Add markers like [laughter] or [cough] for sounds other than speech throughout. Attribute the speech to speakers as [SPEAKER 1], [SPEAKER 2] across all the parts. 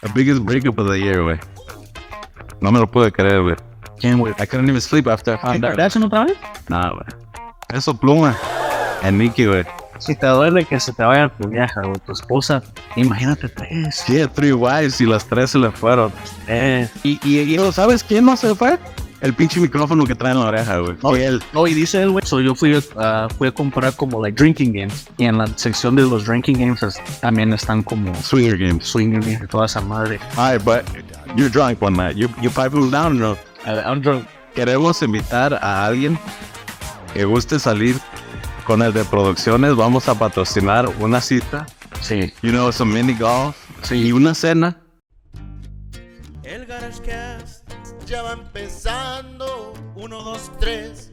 [SPEAKER 1] The biggest breakup of the year, güey. No me lo pude creer, güey.
[SPEAKER 2] Can't wait.
[SPEAKER 1] I couldn't even sleep after I
[SPEAKER 2] Ah,
[SPEAKER 1] found out.
[SPEAKER 2] ¿Kardashian otra vez?
[SPEAKER 1] Nah, güey. Eso pluma. En Nicky, güey.
[SPEAKER 2] Si te duele que se te vaya tu vieja o tu esposa, imagínate tres.
[SPEAKER 1] Sí, three wives y las tres se le fueron.
[SPEAKER 2] Eh,
[SPEAKER 1] Y, y, y ¿lo ¿sabes quién no se fue? El pinche micrófono que trae en la oreja, güey.
[SPEAKER 2] No,
[SPEAKER 1] Fue él.
[SPEAKER 2] no, y dice él, güey. So yo fui, ah, fui a comprar como like drinking games. Y en la sección de los drinking games es- también están como
[SPEAKER 1] Swinger games.
[SPEAKER 2] swinging y toda esa madre.
[SPEAKER 1] All right, but you're drunk one night. You, you probably blew down, no?
[SPEAKER 2] A ver, I'm drunk.
[SPEAKER 1] Queremos invitar a alguien que guste salir con el de producciones. Vamos a patrocinar una cita.
[SPEAKER 2] Sí,
[SPEAKER 1] You know, some mini golf.
[SPEAKER 2] Sí.
[SPEAKER 1] Y una cena.
[SPEAKER 3] El GarageCast ya va empezando. Uno, dos, tres.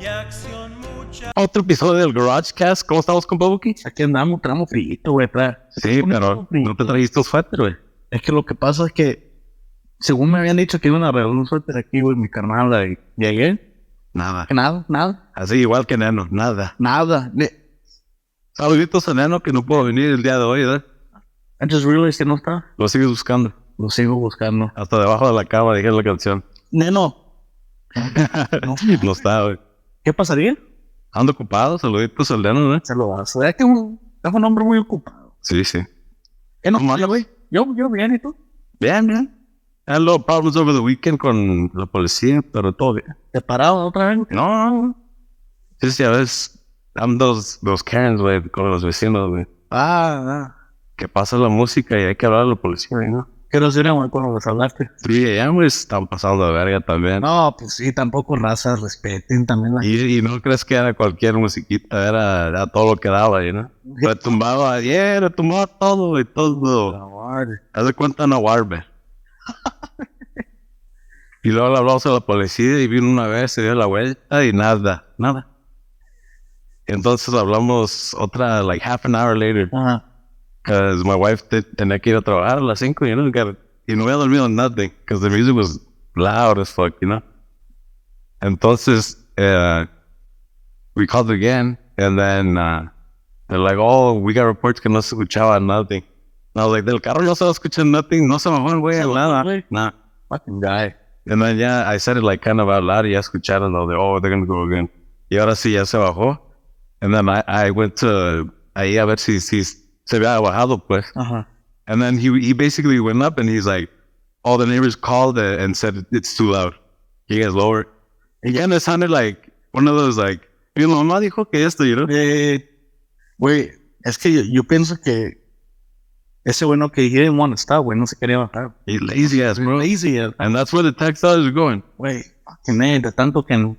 [SPEAKER 3] Y acción mucha.
[SPEAKER 1] Otro episodio del Garage Cast. ¿Cómo estamos con Bubuki?
[SPEAKER 2] aquí andamos, tramo frío, güey. tra-
[SPEAKER 1] Sí,
[SPEAKER 2] Un
[SPEAKER 1] pero
[SPEAKER 2] tramo frillito.
[SPEAKER 1] no te trajiste un suéter, güey.
[SPEAKER 2] Es que lo que pasa es que, según me habían dicho que iban a regalar un suéter aquí, güey, mi carnal, y llegué.
[SPEAKER 1] Nada.
[SPEAKER 2] Nada, nada,
[SPEAKER 1] Así igual que Neno, nada.
[SPEAKER 2] nada. Ne-
[SPEAKER 1] Saluditos a Neno que no pudo venir el día de hoy, ¿verdad?
[SPEAKER 2] I just realized que no está.
[SPEAKER 1] Lo sigues buscando.
[SPEAKER 2] Lo sigo buscando.
[SPEAKER 1] Hasta debajo de la cama dije la [laughs] canción.
[SPEAKER 2] Neno,
[SPEAKER 1] No, está, güey.
[SPEAKER 2] ¿qué pasaría?
[SPEAKER 1] Ando ocupado, saluditos al ¿eh? Neno, ¿verdad?
[SPEAKER 2] Se lo vas. Es que un- es un hombre muy ocupado.
[SPEAKER 1] Sí, sí.
[SPEAKER 2] ¿Qué nos
[SPEAKER 1] ¿Cómo
[SPEAKER 2] pasa,
[SPEAKER 1] andas, güey?
[SPEAKER 2] Yo, yo bien, ¿y tú?
[SPEAKER 1] Bien, bien. Had a little problems over the weekend con la policía, pero todo bien.
[SPEAKER 2] ¿Te parado otra vez?
[SPEAKER 1] No, no, no. Sí, sí, a veces. I'm those, those Karens, güey, con los vecinos, güey.
[SPEAKER 2] Ah, ah.
[SPEAKER 1] Que pasa la música y hay que hablar a la policía, güey, ¿no?
[SPEAKER 2] Quiero decir, güey, cuando les hablaste.
[SPEAKER 1] 3 a.m., güey, están pasando de verga también.
[SPEAKER 2] No, pues sí, tampoco razas respeten también. La...
[SPEAKER 1] Y, y no crees que era cualquier musiquita, era, era todo lo que daba, you know? Retumbaba ayer, retumbaba todo, güey, todo.
[SPEAKER 2] La madre.
[SPEAKER 1] Haz de cuenta no warbe. y luego le hablamos a la policía y vino una vez, se dio la vuelta y nada, nada. Entonces hablamos otra, like half an hour later,
[SPEAKER 2] Ajá.
[SPEAKER 1] because my wife did, tenía que ir a trabajar a las 5, you know, got- y no había dormido nothing, because the music was loud as fuck, you know. Entonces, uh, we called again, and then uh, they're like, oh, we got reports que no se escuchaba nothing. And I was like, del carro no se va a escuchar nothing, no se me fue, güey, nada.
[SPEAKER 2] güey.
[SPEAKER 1] Nah.
[SPEAKER 2] Fucking guy.
[SPEAKER 1] And then, yeah, I said it like kind of out loud. Ya escucharon lo de, oh, they're going to go again. Y ahora sí, ya se bajó. And then I, I went to ahí a ver si, si se había bajado, pues.
[SPEAKER 2] Ajá.
[SPEAKER 1] And then he, he basically went up and he's like, all the neighbors called a- and said, it's too loud. You guys lower it. Again, it sounded like one of those, like, mi mamá dijo que esto, you know?
[SPEAKER 2] Eh, Güey, es que yo, yo pienso que ese bueno que he didn't want to stop, güey, no se quería bajar.
[SPEAKER 1] He's lazy ass, bro.
[SPEAKER 2] Lazy, eh,
[SPEAKER 1] And that's where the tax dollars are going.
[SPEAKER 2] güey. Fucking, eh, de tanto que,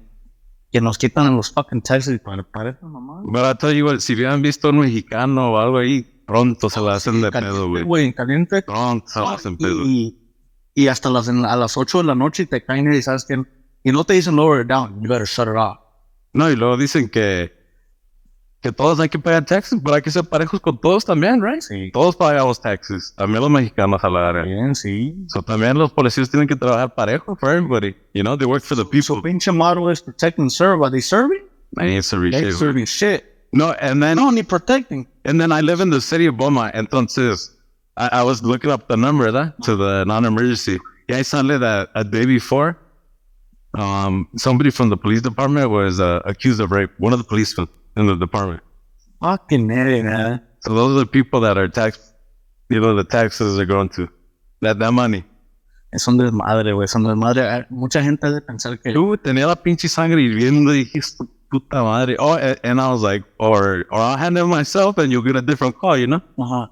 [SPEAKER 2] que nos quitan los fucking taxis para, para esa mamá.
[SPEAKER 1] But I tell you what, si hubieran visto un mexicano o algo ahí, pronto se la hacen de pedo, güey.
[SPEAKER 2] Güey, caliente. Ah,
[SPEAKER 1] Pronto se la hacen pedo.
[SPEAKER 2] Y, y hasta las, en- a las 8 de la noche te caen y sabes que y no te dicen lower it down, you better shut it off.
[SPEAKER 1] No, y luego dicen que, que todos hay que pagar taxes, pero hay que ser parejos con todos también, right?
[SPEAKER 2] Sí.
[SPEAKER 1] Todos pagamos taxes, también los mexicanos a la área.
[SPEAKER 2] Bien, sí.
[SPEAKER 1] So, también los policías tienen que trabajar parejo for everybody. You know, they work for the people.
[SPEAKER 2] So pinche model is protect and serve. Are they serving?
[SPEAKER 1] I need to
[SPEAKER 2] They
[SPEAKER 1] reach
[SPEAKER 2] serving shit.
[SPEAKER 1] No, and then
[SPEAKER 2] No, ni protecting.
[SPEAKER 1] and then I live in the city of Boma. Entonces, I, I was looking up the number that to the non-emergency. Yeah, I suddenly that a day before, um, somebody from the police department was uh, accused of rape. One of the policemen in the department.
[SPEAKER 2] Fucking hell, man.
[SPEAKER 1] So those are the people that are tax, you know, the taxes are going to that that money.
[SPEAKER 2] Es un desmadre, güey. Es un desmadre. Eh, Mucha gente ha de pensar que.
[SPEAKER 1] Dude, tenía la pinche sangre hirviendo y dije, "Esta puta madre. Oh, and, and I was like, or or I'll handle it myself and you'll get a different call, you know?
[SPEAKER 2] Ajá.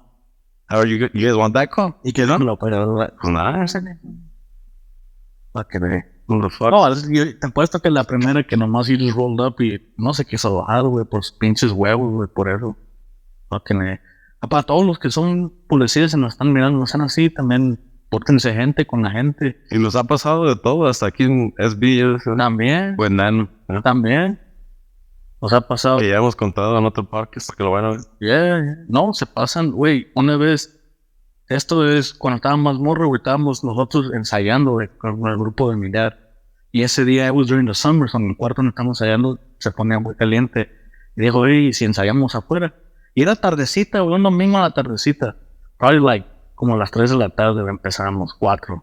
[SPEAKER 1] Or you you guys want that call?
[SPEAKER 2] Y que no lo pero
[SPEAKER 1] Pues nada,
[SPEAKER 2] Fucking hell.
[SPEAKER 1] what the fuck?
[SPEAKER 2] No, es- yo te apuesto que la primera que nomás he rolled up y no se quiso bajar, ah, güey, por sus pinches huevos, güey, por eso. Fucking eh. Para todos los que son policías y nos están mirando, no sean así, también pórtense gente con la gente.
[SPEAKER 1] Y nos ha pasado de todo, hasta aquí en SB, yo decía,
[SPEAKER 2] También,
[SPEAKER 1] buen nano. ¿no?
[SPEAKER 2] también. Nos ha pasado.
[SPEAKER 1] Que ya hemos contado en otro parque, hasta que lo van a ver.
[SPEAKER 2] Yeah, yeah. No, se pasan, güey. Una vez, esto es cuando estábamos más morro, güey, estábamos nosotros ensayando güey, con el grupo de Mirar. Y ese día, it was during the summer, cuando en el cuarto donde estábamos ensayando, se ponía muy caliente. Y dijo, oye, ¿y si ensayamos afuera. Y era tardecita, güey, un domingo a la tardecita. Probably like, como como a las 3 de la tarde, güey, empezamos, 4.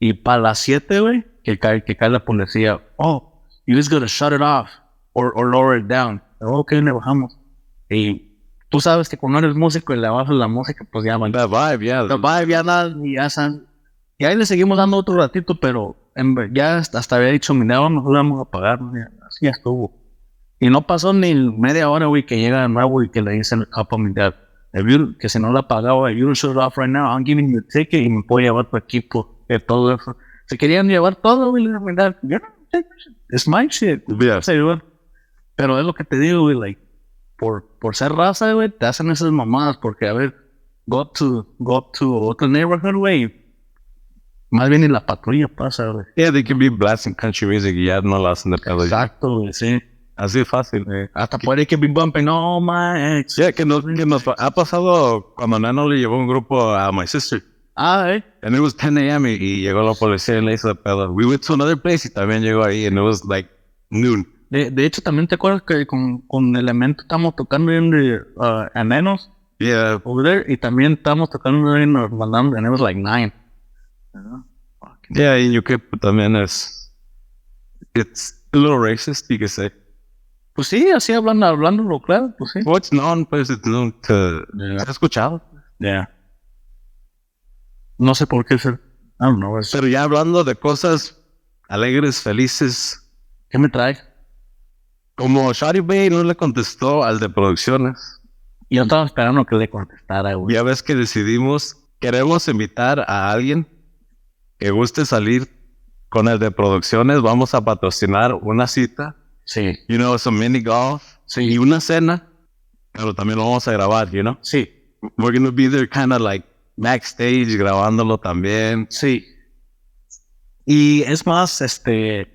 [SPEAKER 2] Y para las 7, güey, que cae, que cae la policía. Oh, you just gotta shut it off or, or lower it down. Ok, le bajamos. Y tú sabes que cuando eres músico y le bajas la música, pues ya van.
[SPEAKER 1] That vibe, yeah.
[SPEAKER 2] Pero va, ya nada, y ya san- Y ahí le seguimos dando otro ratito, pero en ve- ya hasta, hasta había dicho, mira, vamos, vamos a pagar. mira, Así ya estuvo. Y no pasó ni media hora, güey, que llega de nuevo y que le dicen el capo a mi dad, "If you- que si no la pagaba, if you don't shut it off right now, I'm giving you a ticket y me puedo llevar tu equipo, de todo eso. Se querían llevar todo, güey, le dije, "Mi dad, "Yo no tengo shit. it's my shit.
[SPEAKER 1] Yeah.
[SPEAKER 2] Sí, güey. Pero es lo que te digo, güey, like, por, por ser raza, güey, te hacen esas mamadas, porque, a ver, go up to, go up to otro neighborhood, güey, y más bien en la patrulla pasa, güey.
[SPEAKER 1] Yeah, they can be blasting country music y ya no lo hacen de pedo.
[SPEAKER 2] Exacto, güey, sí.
[SPEAKER 1] Así de fácil, eh.
[SPEAKER 2] Hasta puede que be bumping, oh, my ex.
[SPEAKER 1] Yeah, que nos, que nos ha pasado cuando Nano le llevó un grupo a My Sister.
[SPEAKER 2] Ah, eh.
[SPEAKER 1] And it was 10 a.m. y, y llegó la policía y le hizo de pedo. We went to another place y también llegó ahí and it was like noon.
[SPEAKER 2] De, de hecho, también te acuerdas que con, con Elemento estamos tocando en de uh, Anenos
[SPEAKER 1] Yeah,
[SPEAKER 2] over there, y también estamos tocando en Mandam, and it was like nine.
[SPEAKER 1] yeah, in UK también es... It's a little racist, you could say.
[SPEAKER 2] Pues sí, así hablando, hablándolo claro, pues sí.
[SPEAKER 1] What's known, pues, it's known to...
[SPEAKER 2] Yeah.
[SPEAKER 1] ¿Has escuchado?
[SPEAKER 2] Yeah. No sé por qué ser. I don't know. es-
[SPEAKER 1] Pero ya hablando de cosas alegres, felices,
[SPEAKER 2] ¿Qué me trae?
[SPEAKER 1] como Shari Bay no le contestó al de producciones,
[SPEAKER 2] Yo estaba esperando que le contestara, güey.
[SPEAKER 1] ya ves que decidimos, queremos invitar a alguien que guste salir con el de producciones, vamos a patrocinar una cita,
[SPEAKER 2] Sí.
[SPEAKER 1] you know, some mini golf
[SPEAKER 2] Sí.
[SPEAKER 1] y una cena, pero también lo vamos a grabar, you know.
[SPEAKER 2] Sí.
[SPEAKER 1] We're gonna be there kind of like backstage grabándolo también.
[SPEAKER 2] Sí. Y es más, este.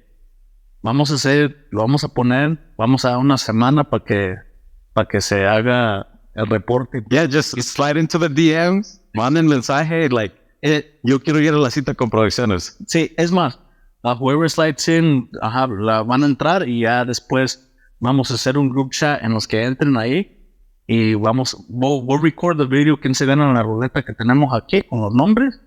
[SPEAKER 2] Vamos a hacer. Lo vamos a poner. Vamos a dar una semana para que. Para que se haga el reporte.
[SPEAKER 1] Yeah, just slide into the DMs, manden mensaje, like, eh, yo quiero ir a la cita con producciones.
[SPEAKER 2] Sí, es más. A whoever slides in, ajá, la van a entrar y ya después vamos a hacer un group chat en los que entren ahí y vamos, we'll, we'll record the video que se ven en la ruleta que tenemos aquí con los nombres,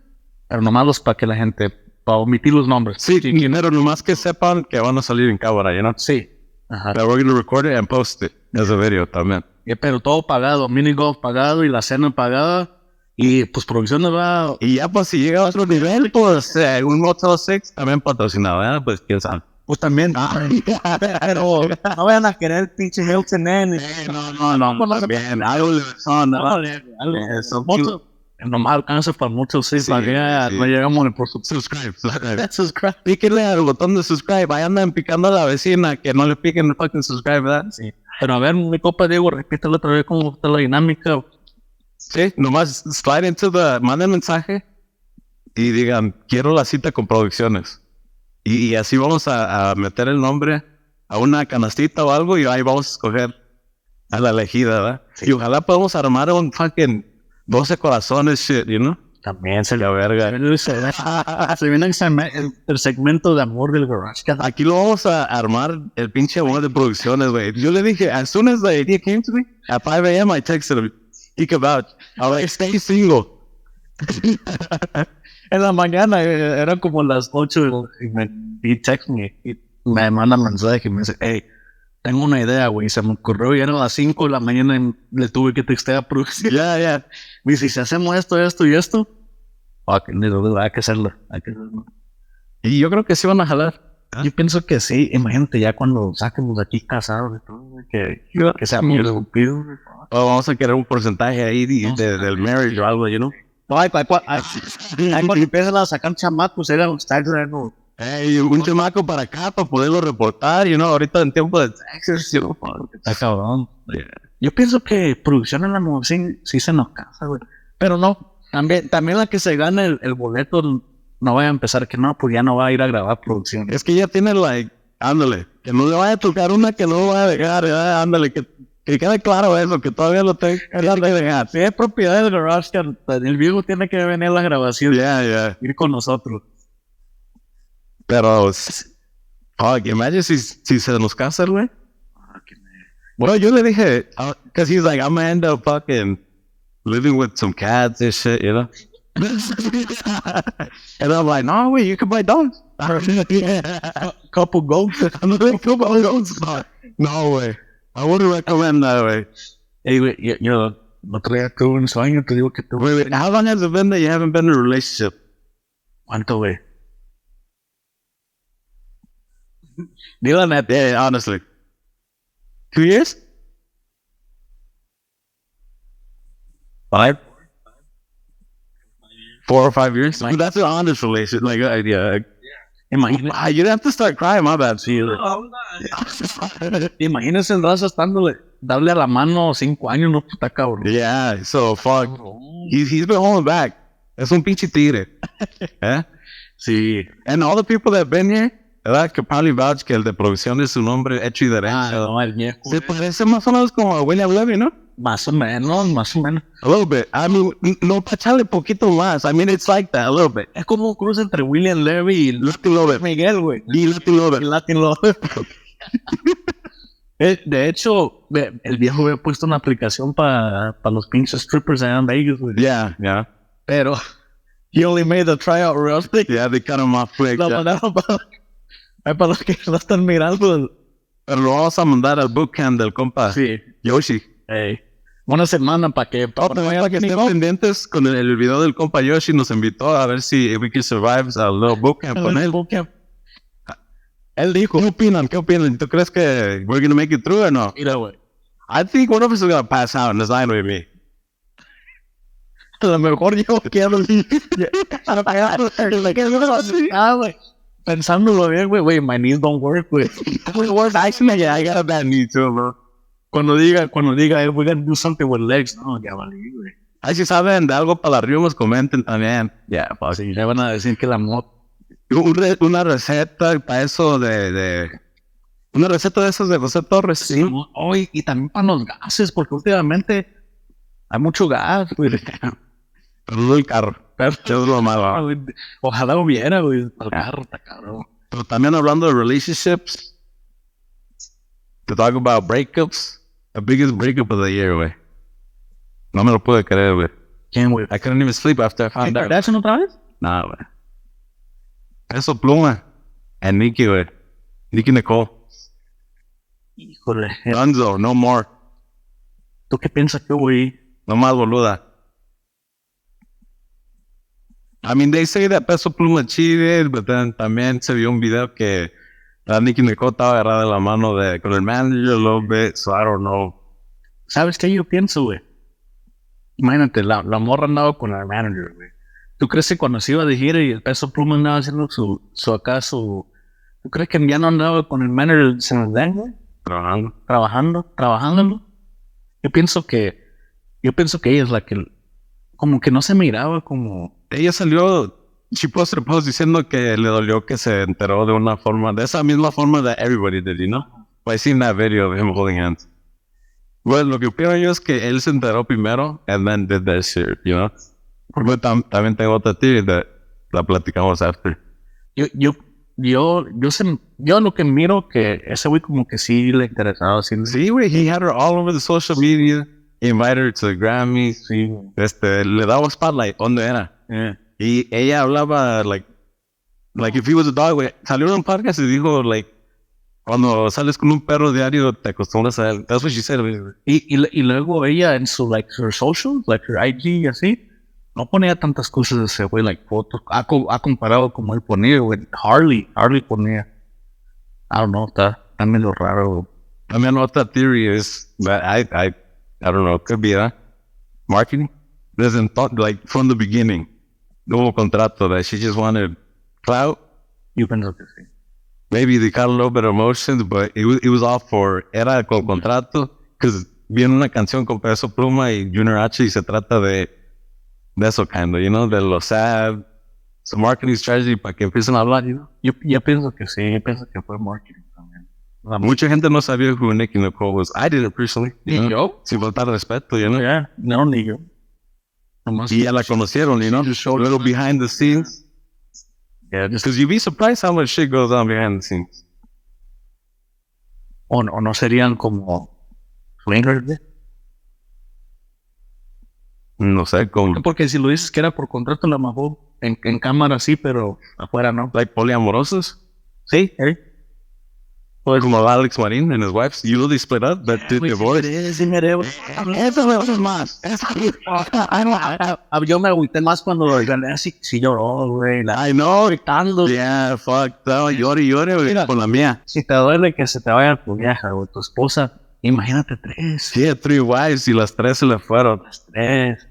[SPEAKER 2] pero nomás los para que la gente, para omitir los nombres.
[SPEAKER 1] Sí, dinero nomás que sepan que van a salir en cámara, you know.
[SPEAKER 2] Sí. Ajá.
[SPEAKER 1] But we're gonna record it and post it as a video también.
[SPEAKER 2] Eh, Pero todo pagado, mini golf pagado y la cena pagada y pues producciones va...
[SPEAKER 1] Y ya pues si llega a otro nivel, pues eh, un Motel 6 también patrocinado, ¿verdad? Pues quién sabe.
[SPEAKER 2] Pues [laughs] también...
[SPEAKER 1] [laughs]
[SPEAKER 2] pero no vayan a querer pinche Hilton Inn.
[SPEAKER 1] no, no, no. También, algo de son, ¿verdad?
[SPEAKER 2] Eso, mucho. Nomás alcanza para muchos, sí, para que ya
[SPEAKER 1] Eh, sí.
[SPEAKER 2] no llegamos ni por su...
[SPEAKER 1] Subscribe, subscribe.
[SPEAKER 2] subscribe.
[SPEAKER 1] [laughs] Píquenle al botón de subscribe. Ahí andan picando a la vecina que no le piquen el fucking subscribe, ¿verdad?
[SPEAKER 2] Sí. Pero a ver, mi copa Diego, repítelo otra vez cómo está la dinámica.
[SPEAKER 1] Sí, nomás slide into the, manden mensaje y digan, quiero la cita con producciones. Y, y así vamos a, a meter el nombre a una canastita o algo y ahí vamos a escoger a la elegida, ¿verdad? Y ojalá podamos armar un fucking 12 corazones shit, you know?
[SPEAKER 2] También se
[SPEAKER 1] La verga.
[SPEAKER 2] Se viene el, seme- el- el segmento de amor del garage. Cada-
[SPEAKER 1] Aquí lo vamos a armar el pinche amor de producciones, güey. Yo le dije, as soon as the idea came to me, at 5 a.m. I texted him, think about, I'm like, stay este single.
[SPEAKER 2] En la mañana eh, eran como las 8 y me y text me. y me manda mensaje y me dice, hey, tengo una idea, güey. Se me ocurrió y eran las 5 de la mañana y le tuve que textear a [laughs] producción.
[SPEAKER 1] Yeah, yeah.
[SPEAKER 2] Me dice, si hacemos esto, esto y esto, fuck, ni lo dudo, hay que hacerlo. Hay que hacerlo.
[SPEAKER 1] Y yo creo que sí van a jalar. ¿Ah?
[SPEAKER 2] Yo pienso que sí, imagínate ya cuando saquemos de aquí casados y todo, güey, que, que sea muy estúpido. güey.
[SPEAKER 1] O vamos a querer un porcentaje ahí de- de- del marriage o algo, you know?
[SPEAKER 2] No, ay, ay, ay, ay, cuando empiezan a sacar chamacos, era un estar algo.
[SPEAKER 1] Ey, un chamaco para acá para poderlo reportar, you know? Ahorita en tiempo de taxes, you know?
[SPEAKER 2] Está cabrón. Yo pienso que producción en la mujer sí, sí se nos casa, güey. Pero no, también, también la que se gane el, el boleto no vaya a empezar que no, pues ya no va a ir a grabar producción.
[SPEAKER 1] Es que ya tiene, like, ándale, que no le vaya a tocar una que no va a dejar, ¿verdad? ándale, que, que quede claro eso, que todavía lo tengo que dejar.
[SPEAKER 2] Si es propiedad del garage, el viejo tiene que venir a la grabación,
[SPEAKER 1] Yeah, yeah.
[SPEAKER 2] ir con nosotros.
[SPEAKER 1] Pero, s- fuck, imagine si, si se nos casa, el güey. Bueno, yo le ah, dije, because he's like, I'm gonna end up fucking living with some cats and shit, you know? [laughs] and I'm like, no, wait, you can buy dogs. [laughs]
[SPEAKER 2] Ah, Couple goats.
[SPEAKER 1] I'm not like, come on, dogs. No, no way. I wouldn't recommend that way.
[SPEAKER 2] Ey, güey, yo, yo el otro día tuve un sueño, te digo que tuve.
[SPEAKER 1] Wait, wait, how long has it been that you haven't been in a relationship?
[SPEAKER 2] ¿Cuánto, güey?
[SPEAKER 1] Deal on that day, honestly. Two years? Five? Four or five years?
[SPEAKER 2] Like-
[SPEAKER 1] That's an honest relationship. Like, uh, yeah.
[SPEAKER 2] Imagínate,
[SPEAKER 1] Ah, you didn't have to start crying, my bad. See
[SPEAKER 2] [laughs]
[SPEAKER 1] you.
[SPEAKER 2] imagínense en raza estándole, darle a la mano cinco años, no puta cabrón.
[SPEAKER 1] yeah, so fuck.
[SPEAKER 2] Cabrón.
[SPEAKER 1] He's, he's been holding back. That's un pinche tigre. Eh?
[SPEAKER 2] Sí.
[SPEAKER 1] And all the people that have been here, that could probably vouch que el de producción es un hombre hecho y
[SPEAKER 2] Ah,
[SPEAKER 1] derecho.
[SPEAKER 2] no, el viejo.
[SPEAKER 1] Se parece más o menos como a William Levy, ¿no?
[SPEAKER 2] Más o menos, más o menos.
[SPEAKER 1] A little bit. I mean, n- no pa' echarle poquito más. I mean, it's like that, a little bit.
[SPEAKER 2] Es como un cruce entre William Levy y Luis
[SPEAKER 1] Latin little bit.
[SPEAKER 2] Miguel, güey.
[SPEAKER 1] Y Latin little
[SPEAKER 2] El
[SPEAKER 1] bit.
[SPEAKER 2] Latin Lover. [laughs] Eh, De hecho, ve- el viejo había puesto una aplicación para los pinches strippers allá en Vegas, güey.
[SPEAKER 1] Yeah, yeah.
[SPEAKER 2] Pero, he only made the tryout real thing.
[SPEAKER 1] Yeah, they cut him off quick.
[SPEAKER 2] Lo
[SPEAKER 1] yeah.
[SPEAKER 2] mandaron para, ahí para los que [laughs] lo están mirando.
[SPEAKER 1] Pero lo vamos a mandar al boot camp del compa
[SPEAKER 2] Sí.
[SPEAKER 1] Yoshi.
[SPEAKER 2] Ey, Una semana para que. pa'
[SPEAKER 1] Otra vez para que
[SPEAKER 2] ni-
[SPEAKER 1] estén pendientes con el, el video del compa Yoshi nos invitó a ver si if we can survive a little boot camp con él.
[SPEAKER 2] Porque-
[SPEAKER 1] Él dijo, ¿qué opinan? ¿Qué opinan? ¿Tú crees que we're gonna make it through or no?
[SPEAKER 2] Mira, güey.
[SPEAKER 1] I think one of us is gonna pass out and design with me.
[SPEAKER 2] A lo mejor [laughs] yo quiero. [laughs] Ah, güey. Pensándolo bien, güey, güey, my knees don't work, güey.
[SPEAKER 1] yeah, I got a bad knee too, bro.
[SPEAKER 2] Cuando diga, cuando diga, eh, we're gonna do something with legs, no, ya vale, güey.
[SPEAKER 1] Ay, si saben de algo para arriba, nos comenten también. Ya, pues,
[SPEAKER 2] Así, ya van a decir que la moto.
[SPEAKER 1] un re- una receta para eso de, de- Una receta de esas de José Torres. Sí.
[SPEAKER 2] Hoy, y también para los gases, porque últimamente hay mucho gas, [laughs] güey.
[SPEAKER 1] Pero no el carro.
[SPEAKER 2] Pero-
[SPEAKER 1] Eso es lo malo.
[SPEAKER 2] Ojalá hubiera, güey, para el carro, está cabrón.
[SPEAKER 1] Pero también hablando de relationships, to talk about breakups, the biggest breakup of the year, güey. No me lo pude creer, güey.
[SPEAKER 2] ¿Quién, güey?
[SPEAKER 1] I couldn't even sleep after I found out.
[SPEAKER 2] Kardashian otra vez?
[SPEAKER 1] Nah, güey. Peso Pluma and Nicki, güey. Nicki Nicole.
[SPEAKER 2] Híjole, eh,
[SPEAKER 1] Dunzo, no more.
[SPEAKER 2] ¿tú qué piensas que, güey?
[SPEAKER 1] No más boluda. I mean, they say that Peso Pluma cheated, but then también se vio un video que la Nicki Nicole estaba agarrada de la mano de, con el manager a little bit, so I don't know.
[SPEAKER 2] ¿Sabes qué yo pienso, güey? Imagínate, la, la morra andaba con el manager, güey. ¿Tú crees que cuando se iba de gira y el peso pluma andaba haciendo su, su acá, su... ¿Tú crees que ya no andaba con el manager se nos dan, güey?
[SPEAKER 1] Trabajando.
[SPEAKER 2] Trabajando, trabajándolo. Yo pienso que... Yo pienso que ella es la que... Como que no se miraba como...
[SPEAKER 1] Ella salió, she posted a post diciendo que le dolió que se enteró de una forma, de esa misma forma that everybody did, you know? By seeing that video of him holding hands. Bueno, lo que opino yo es que él se enteró primero and then did that shit, you know? Porque tam- también tengo otra teoría that la platicamos after.
[SPEAKER 2] Yo, yo, yo, yo, se- yo lo que miro que ese güey como que sí le interesaba. Sí, sí.
[SPEAKER 1] Sí, güey, he had her all over the social media, invited her to the Grammys,
[SPEAKER 2] güey.
[SPEAKER 1] este, le daba spotlight, ¿dónde era?
[SPEAKER 2] Eh.
[SPEAKER 1] Y ella hablaba, like, like if he was a dog, güey. Salió en un podcast y dijo, like, cuando sales con un perro diario, te acostumbras a él. That's what she said, güey.
[SPEAKER 2] Y, y, y luego ella en su, like, her social, like, her IG y así, no ponía tantas cosas de ese güey, like, fotos. Ha, co- ha comparado como él ponía, güey. Harley, Harley ponía. I don't know, está, está medio raro, güey.
[SPEAKER 1] También otra theory es, that I, I, I don't know, could be, ¿eh? Marketing? Doesn't thought, like, from the beginning. No hubo contrato, that she just wanted clout,
[SPEAKER 2] Yo pienso que sí.
[SPEAKER 1] maybe they caught a little bit of emotions, but it was, it was all for, era con contrato, because viene una canción con Peso Pluma y Junior H y se trata de, de eso, kind of, you know, de lo sad, so marketing strategy para que empiecen a hablar, you know.
[SPEAKER 2] Yo, yo pienso que sí, yo pienso que fue marketing también.
[SPEAKER 1] Mucha gente no sabía who Nicki Nicole was. I didn't personally. you know,
[SPEAKER 2] yo?
[SPEAKER 1] Sin faltar respeto, you know.
[SPEAKER 2] Yeah, no, ni yo. Nomás-
[SPEAKER 1] Y ya la conocieron, you know. A little behind the scenes.
[SPEAKER 2] Yeah, just-
[SPEAKER 1] Because you'd be surprised how much shit goes on behind the scenes.
[SPEAKER 2] o, o no serían como flingers, güey.
[SPEAKER 1] No sé, como
[SPEAKER 2] Porque si lo dices que era por contrato, la mejor en, en cámara sí, pero afuera no.
[SPEAKER 1] like polyamorosas.
[SPEAKER 2] Sí, ¿eh?
[SPEAKER 1] Pues, como Alex Marin and his wife. You really split up, but did
[SPEAKER 2] Pues
[SPEAKER 1] divorce. Eh.
[SPEAKER 2] más. Yo me agüité más cuando gané así. Sí lloró, güey. La,
[SPEAKER 1] I know.
[SPEAKER 2] gritando.
[SPEAKER 1] Yeah, fuck. No, llore, llore güey,
[SPEAKER 2] Mira.
[SPEAKER 1] con la mía.
[SPEAKER 2] Si te duele que se te vaya tu vieja o tu esposa, imagínate tres.
[SPEAKER 1] Sí, three wives y las tres se le fueron.
[SPEAKER 2] Tres.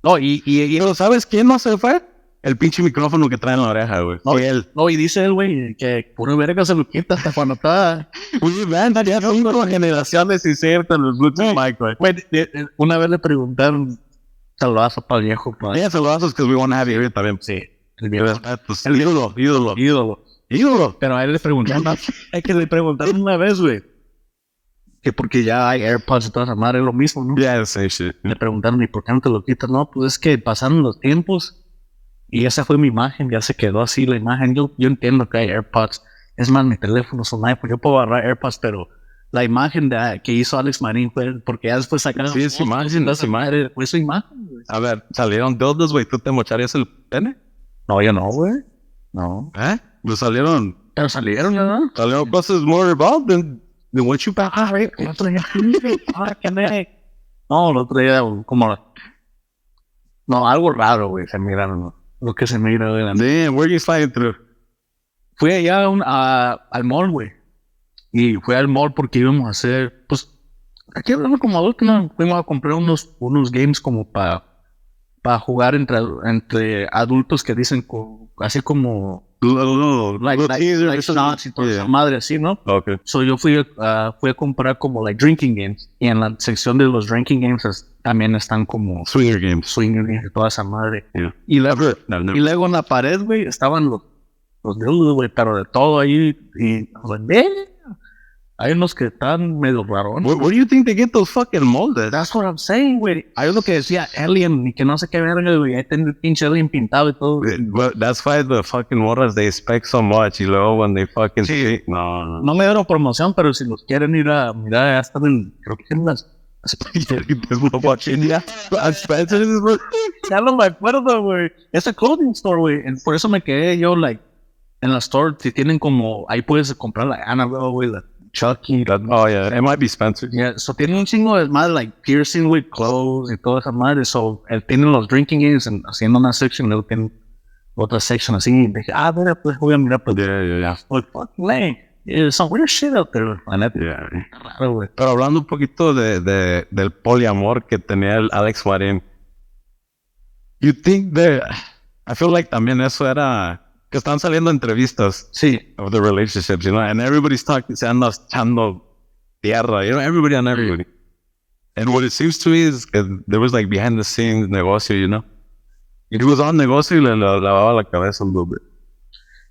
[SPEAKER 2] No, y, y, y-
[SPEAKER 1] Pero, ¿sabes quién no se fue? El pinche micrófono que trae en la oreja, güey.
[SPEAKER 2] No,
[SPEAKER 1] él.
[SPEAKER 2] no, y dice el güey que puro verga se lo quita hasta cuando está.
[SPEAKER 1] Oye, man, ya son dos generaciones y cierto los Bluetooth mic, güey.
[SPEAKER 2] Güey, de- de- una vez le preguntaron, saludazo para el viejo, pa'
[SPEAKER 1] Ella se lo haces because we want to have you here también. Sí.
[SPEAKER 2] el viejo
[SPEAKER 1] El ídolo, ídolo,
[SPEAKER 2] ídolo.
[SPEAKER 1] ídolo.
[SPEAKER 2] Pero a él le preguntaron,
[SPEAKER 1] [laughs]
[SPEAKER 2] es que le preguntaron una vez, güey. Que porque ya hay AirPods y toda esa madre, es lo mismo, ¿no?
[SPEAKER 1] Yeah, same shit.
[SPEAKER 2] Le preguntaron, ¿y por qué no te lo quitas? No, pues es que pasaron los tiempos y esa fue mi imagen, ya se quedó así la imagen. Yo, yo entiendo que hay AirPods. Es más, mi teléfono son iPhone, yo puedo agarrar AirPods, pero la imagen de- ah, que hizo Alex Marín fue porque ya después sacaron.
[SPEAKER 1] Sí, es
[SPEAKER 2] fotos,
[SPEAKER 1] imagen,
[SPEAKER 2] toda
[SPEAKER 1] es
[SPEAKER 2] esa madre, Fue su imagen, güey.
[SPEAKER 1] A ver, salieron dildos, güey. ¿Tú te mocharías el pene?
[SPEAKER 2] No, yo no, güey. No.
[SPEAKER 1] ¿Eh? Pues salieron,
[SPEAKER 2] Pero salieron, ¿verdad?
[SPEAKER 1] salieron cosas more involved than, than what you pa- Ah, right.
[SPEAKER 2] El otro día. ah, ¿qué onda? No, el otro día, como. No, algo raro, güey. Se miraron. Lo que se mira, güey. la neta.
[SPEAKER 1] Damn, where you sliding through?
[SPEAKER 2] Fui allá a un- a- al mall, güey. Y fui al mall porque íbamos a hacer. Pues. Aquí hablamos como adultos, ¿no? Fuimos a comprar unos, unos games como para. Para jugar entre, entre adultos que dicen. co- Así como.
[SPEAKER 1] Little-
[SPEAKER 2] Like,
[SPEAKER 1] little
[SPEAKER 2] like,
[SPEAKER 1] teaser,
[SPEAKER 2] like shots y toda esa
[SPEAKER 1] Yeah.
[SPEAKER 2] madre así, ¿no?
[SPEAKER 1] Okay.
[SPEAKER 2] So yo fui, ah, fui a comprar como like drinking games. Y en la sección de los drinking games es- también están como
[SPEAKER 1] Swinger games.
[SPEAKER 2] swinger games y toda esa madre.
[SPEAKER 1] Yeah.
[SPEAKER 2] Y, luego-
[SPEAKER 1] No,
[SPEAKER 2] y
[SPEAKER 1] no.
[SPEAKER 2] luego en la pared, güey, estaban los, los dildos, güey, pero de todo ahí. Y pues, "Ve, hay unos que están medio rarones.
[SPEAKER 1] Where, where do you think they get those fucking moldes?
[SPEAKER 2] That's what I'm saying, güey. Hay uno que decía Alien y que no sé qué verga, güey. Ahí tiene el pinche Alien pintado y todo.
[SPEAKER 1] But that's why the fucking waters they expect so much. You know when they fucking sí. no, no, no.
[SPEAKER 2] No me dieron promoción, pero si los quieren ir a mirar, ya están en, creo que en las...
[SPEAKER 1] [laughs] Spencer is
[SPEAKER 2] [laughs]
[SPEAKER 1] what-
[SPEAKER 2] Ya no me acuerdo, güey. Es a clothing store, güey. En- Por eso me quedé yo, like, en la store. Si tienen como, ahí puedes comprar la Annabelle, güey, la Chucky. La,
[SPEAKER 1] That- oh yeah, it might be Spencer.
[SPEAKER 2] Yeah, so tienen un chingo de más, like, piercing with clothes y toda esa madre. So, eh, tienen los drinking games en- haciendo una section, luego tienen otra section así. Y dije, ah, mira, pues voy a mirar, pues,
[SPEAKER 1] Yeah, yeah, yeah.
[SPEAKER 2] like, fuck, man. There's some weird shit out there, la neta.
[SPEAKER 1] Yeah.
[SPEAKER 2] Raro, güey.
[SPEAKER 1] Pero hablando un poquito de, de, del poliamor que tenía el Alex Marín, you think that I feel like también eso era que están saliendo entrevistas
[SPEAKER 2] Sí,
[SPEAKER 1] of the relationships, you know, and everybody's talking, se anda echando tierra, you know, everybody on everybody. And what it seems to me is que there was like behind the scenes negocio, you know. It was on negocio y le le lavaba la cabeza un little bit.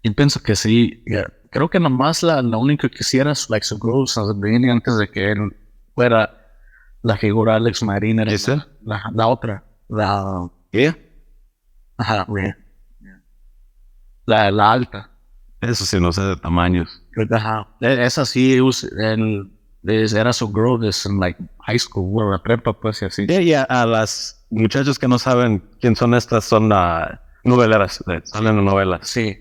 [SPEAKER 2] Yo pienso que sí. yeah. Creo que nomás la, la única que sí era su, like, su girls at the beginning, antes de que él fuera la figura Alex Marín. Era
[SPEAKER 1] ¿Esa?
[SPEAKER 2] La, la otra. La.
[SPEAKER 1] Yeah.
[SPEAKER 2] Ajá, güey. La, la alta.
[SPEAKER 1] Eso sí, no sé de tamaños.
[SPEAKER 2] Ajá. E- Esa sí, us- él, es- era su girl desde like, high school, güey, la prepa, pues, y así.
[SPEAKER 1] Yeah, yeah, a las muchachas que no saben quién son estas son ah, noveleras, eh, salen en novelas.
[SPEAKER 2] Sí.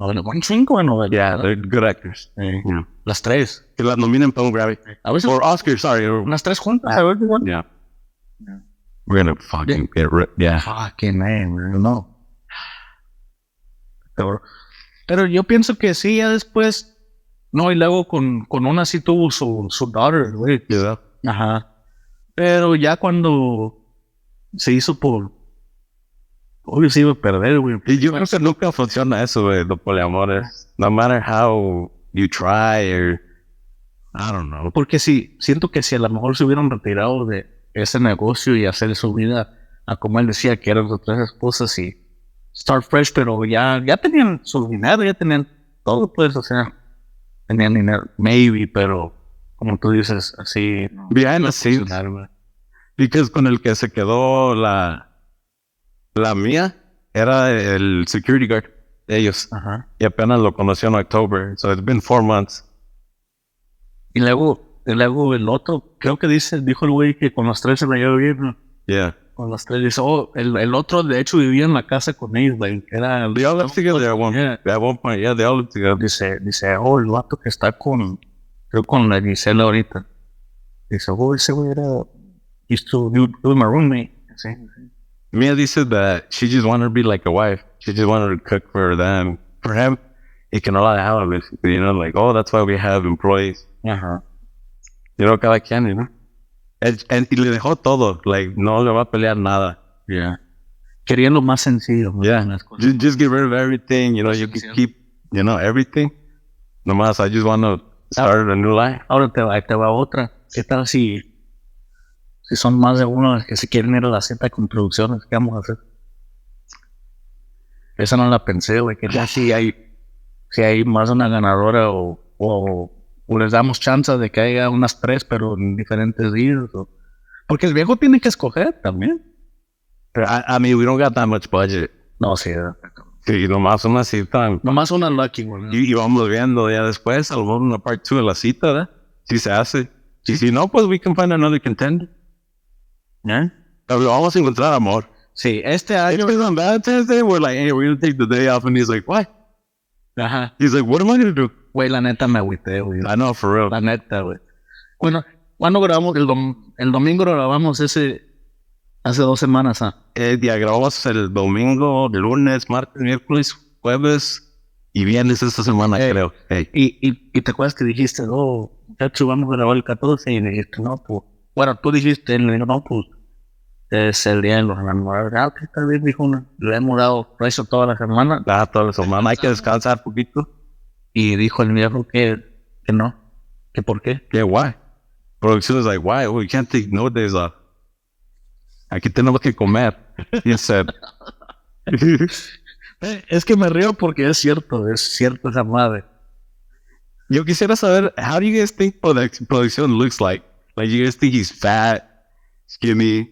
[SPEAKER 2] Novela- Un chingo de novelas.
[SPEAKER 1] Yeah,
[SPEAKER 2] ¿verdad?
[SPEAKER 1] they're good actors.
[SPEAKER 2] Sí.
[SPEAKER 1] Yeah.
[SPEAKER 2] Las tres.
[SPEAKER 1] Que las nominen para un Grammy.
[SPEAKER 2] A veces
[SPEAKER 1] Or Oscar, sorry. or-
[SPEAKER 2] unas tres juntas. a ver, güey.
[SPEAKER 1] yeah. We're gonna fucking get rid. Yeah.
[SPEAKER 2] Fucking man, güey, no. Pero, pero yo pienso que sí, ya después. No, y luego con, con una sí tuvo su, su daughter, güey.
[SPEAKER 1] Yeah.
[SPEAKER 2] Ajá. Pero ya cuando se hizo por. Obvio se iba a perder, güey.
[SPEAKER 1] Y yo creo que nunca funciona eso, güey, los poliamores. No matter how you try or... I don't know.
[SPEAKER 2] Porque sí, siento que si a lo mejor se hubieran retirado de ese negocio y hacer su vida a como él decía, que eran sus tres esposas y start fresh, pero ya, ya tenían su dinero, ya tenían todo, pues, o sea, tenían dinero, maybe, pero como tú dices, así. no
[SPEAKER 1] Behind the
[SPEAKER 2] va a
[SPEAKER 1] scenes.
[SPEAKER 2] funcionar, güey.
[SPEAKER 1] Because con el que se quedó la... La mía era el security guard de ellos.
[SPEAKER 2] Ajá.
[SPEAKER 1] Y apenas lo conoció en octubre. So it's been four months.
[SPEAKER 2] Y luego, y luego el otro, creo que dice, dijo el güey que con los tres se la llevó bien, ¿no?
[SPEAKER 1] Yeah.
[SPEAKER 2] con las tres. Dice, oh, el, el otro de hecho vivía en la casa con ellos, like, era
[SPEAKER 1] They all lived together at one,
[SPEAKER 2] Yeah.
[SPEAKER 1] at one point. Yeah, they all lived together.
[SPEAKER 2] dice, dice, oh, el vato que está con, creo con la Gisela ahorita. Dice, oh, ese güey era, he used to do, do my roommate. Sí.
[SPEAKER 1] Mia Dee said that she just wanted to be like a wife. She just wanted to cook for them. For him, he can allow out basically, you know, like, oh, that's why we have employees.
[SPEAKER 2] Ajá.
[SPEAKER 1] You know, cada quien, you know. And, and y le dejó todo. Like, no le va a pelear nada.
[SPEAKER 2] Yeah. Quería lo más sencillo. ¿no?
[SPEAKER 1] Yeah.
[SPEAKER 2] Las cosas.
[SPEAKER 1] Just, just get rid of everything. You know, you can
[SPEAKER 2] Esencial.
[SPEAKER 1] keep, you know, everything. Nomás, I just want to start a new life.
[SPEAKER 2] Ahora te va, ahí te va otra. ¿Qué tal si, si son más de uno los que se quieren ir a la Z con producciones? ¿Qué vamos a hacer? Esa no la pensé, güey. ¿Qué tal si hay, si hay más de una ganadora o, o, o les damos chance de que haya unas tres, pero en diferentes días? o- Porque el viejo tiene que escoger también.
[SPEAKER 1] But I, I mean, we don't got that much budget.
[SPEAKER 2] No, sí.
[SPEAKER 1] Y nomás una cita.
[SPEAKER 2] Nomás una lucky, güey.
[SPEAKER 1] Y, y vamos viendo ya después, a lo mejor una part 2 de la cita, ¿verdad? Si se hace. Y si no, pues we can find another contender.
[SPEAKER 2] ¿Eh?
[SPEAKER 1] Pero vamos a encontrar amor.
[SPEAKER 2] Sí, este año.
[SPEAKER 1] Anyways, on Valentine's Day, we're like, hey, we're going to take the day off. And he's like, why?
[SPEAKER 2] Ajá.
[SPEAKER 1] He's like, what am I going to do?
[SPEAKER 2] Güey, la neta me agüité, güey.
[SPEAKER 1] I know, for real.
[SPEAKER 2] La neta, güey. Bueno, ¿cuándo grabamos? El, dom- el domingo lo grabamos ese. Hace dos semanas, ¿ah?
[SPEAKER 1] Eh, ya grabamos el domingo, lunes, martes, miércoles, jueves y viernes esta semana,
[SPEAKER 2] Ey.
[SPEAKER 1] creo. Ey.
[SPEAKER 2] Y, y, y te acuerdas que dijiste, oh, muchacho, vamos a grabar el 14. Y dijiste, no, pues. Bueno, tú dijiste, él me dijo, no, pues. Es el día de los enamorados. Ah, ok, está bien, dijo uno. Le hemos dado precio toda la semana.
[SPEAKER 1] Ah, toda la semana. Hay que descansar un poquito.
[SPEAKER 2] Y dijo el viejo que, que no. ¿Que por qué?
[SPEAKER 1] Yeah, why? Producciones like, why? We can't take no days off. Aquí tenemos que comer. He said. [laughs]
[SPEAKER 2] Eh, Es que me río porque es cierto, es cierto esa madre.
[SPEAKER 1] Yo quisiera saber, how do you guys think produc- production looks like? Like, you guys think he's fat, skinny,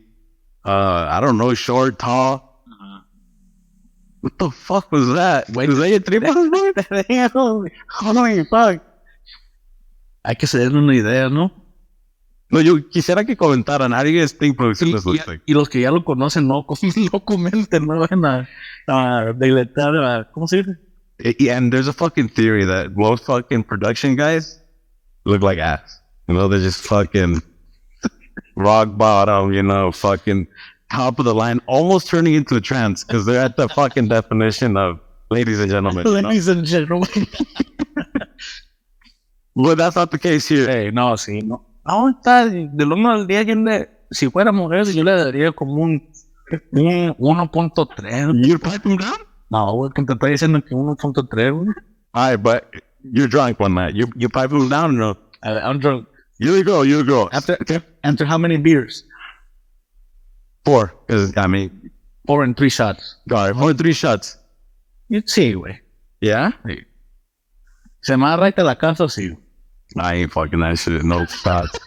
[SPEAKER 1] uh, I don't know, short, tall? What the fuck was that? Uh-huh. Wait, was that your [laughs] tripas, bro? Hold on, you fuck.
[SPEAKER 2] [laughs] Hay que se den una idea, ¿no?
[SPEAKER 1] No, yo quisiera que comentaran, how do you guys think production
[SPEAKER 2] Y,
[SPEAKER 1] looks
[SPEAKER 2] y-
[SPEAKER 1] like?
[SPEAKER 2] y los que ya lo conocen, no, [laughs] com- no comenten, no vayan a, a deletar, a- ¿cómo se dice?
[SPEAKER 1] I- yeah, and there's a fucking theory that most fucking production guys look like ass. You know, they're just fucking [laughs] rock bottom, you know, fucking top of the line, almost turning into a trance because they're at the fucking definition of ladies and gentlemen. you know?
[SPEAKER 2] Ladies and gentlemen.
[SPEAKER 1] But that's not the case here.
[SPEAKER 2] Eh, no, sí, no. Ahorita, del 1 al 10, yo le- si fuera mujer, yo le daría como un, un 1.3.
[SPEAKER 1] You're piping down?
[SPEAKER 2] No, güey, que te estoy diciendo que 1.3, güey.
[SPEAKER 1] All right, but you're drunk one night. You you pipe them down or no?
[SPEAKER 2] A ver, I'm drunk.
[SPEAKER 1] You're the girl, you're the girl.
[SPEAKER 2] After, after how many beers?
[SPEAKER 1] Four. Because, I mean,
[SPEAKER 2] Four and three shots.
[SPEAKER 1] all right, four, three shots.
[SPEAKER 2] Y- Sí, güey.
[SPEAKER 1] Yeah?
[SPEAKER 2] Se me arraita la casa, sí.
[SPEAKER 1] I ain't fucking that shit. No shots.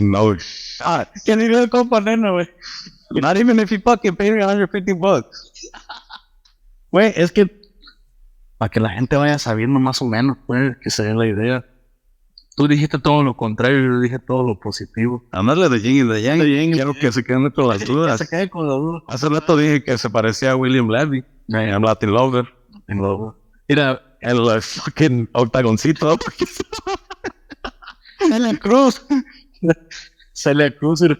[SPEAKER 1] no shots.
[SPEAKER 2] Ah, Que ni lo componente, güey.
[SPEAKER 1] Not even if you fucking paid me 150 bucks.
[SPEAKER 2] Güey, es que para que la gente vaya sabiendo más o menos, pues, que se dé la idea. Tú dijiste todo lo contrario, yo dije todo lo positivo.
[SPEAKER 1] Andarle de Jing y de Yang. Quiero que se queden con [laughs] las
[SPEAKER 2] Que
[SPEAKER 1] dudas.
[SPEAKER 2] se quede con la duda.
[SPEAKER 1] Hace rato dije que se parecía a William Levy.
[SPEAKER 2] Venga,
[SPEAKER 1] I'm Latin Lover.
[SPEAKER 2] en la duda. Mira,
[SPEAKER 1] El eh, fucking [laughs] octagoncito.
[SPEAKER 2] Celia [laughs] Cruz. Celia Cruz, mira.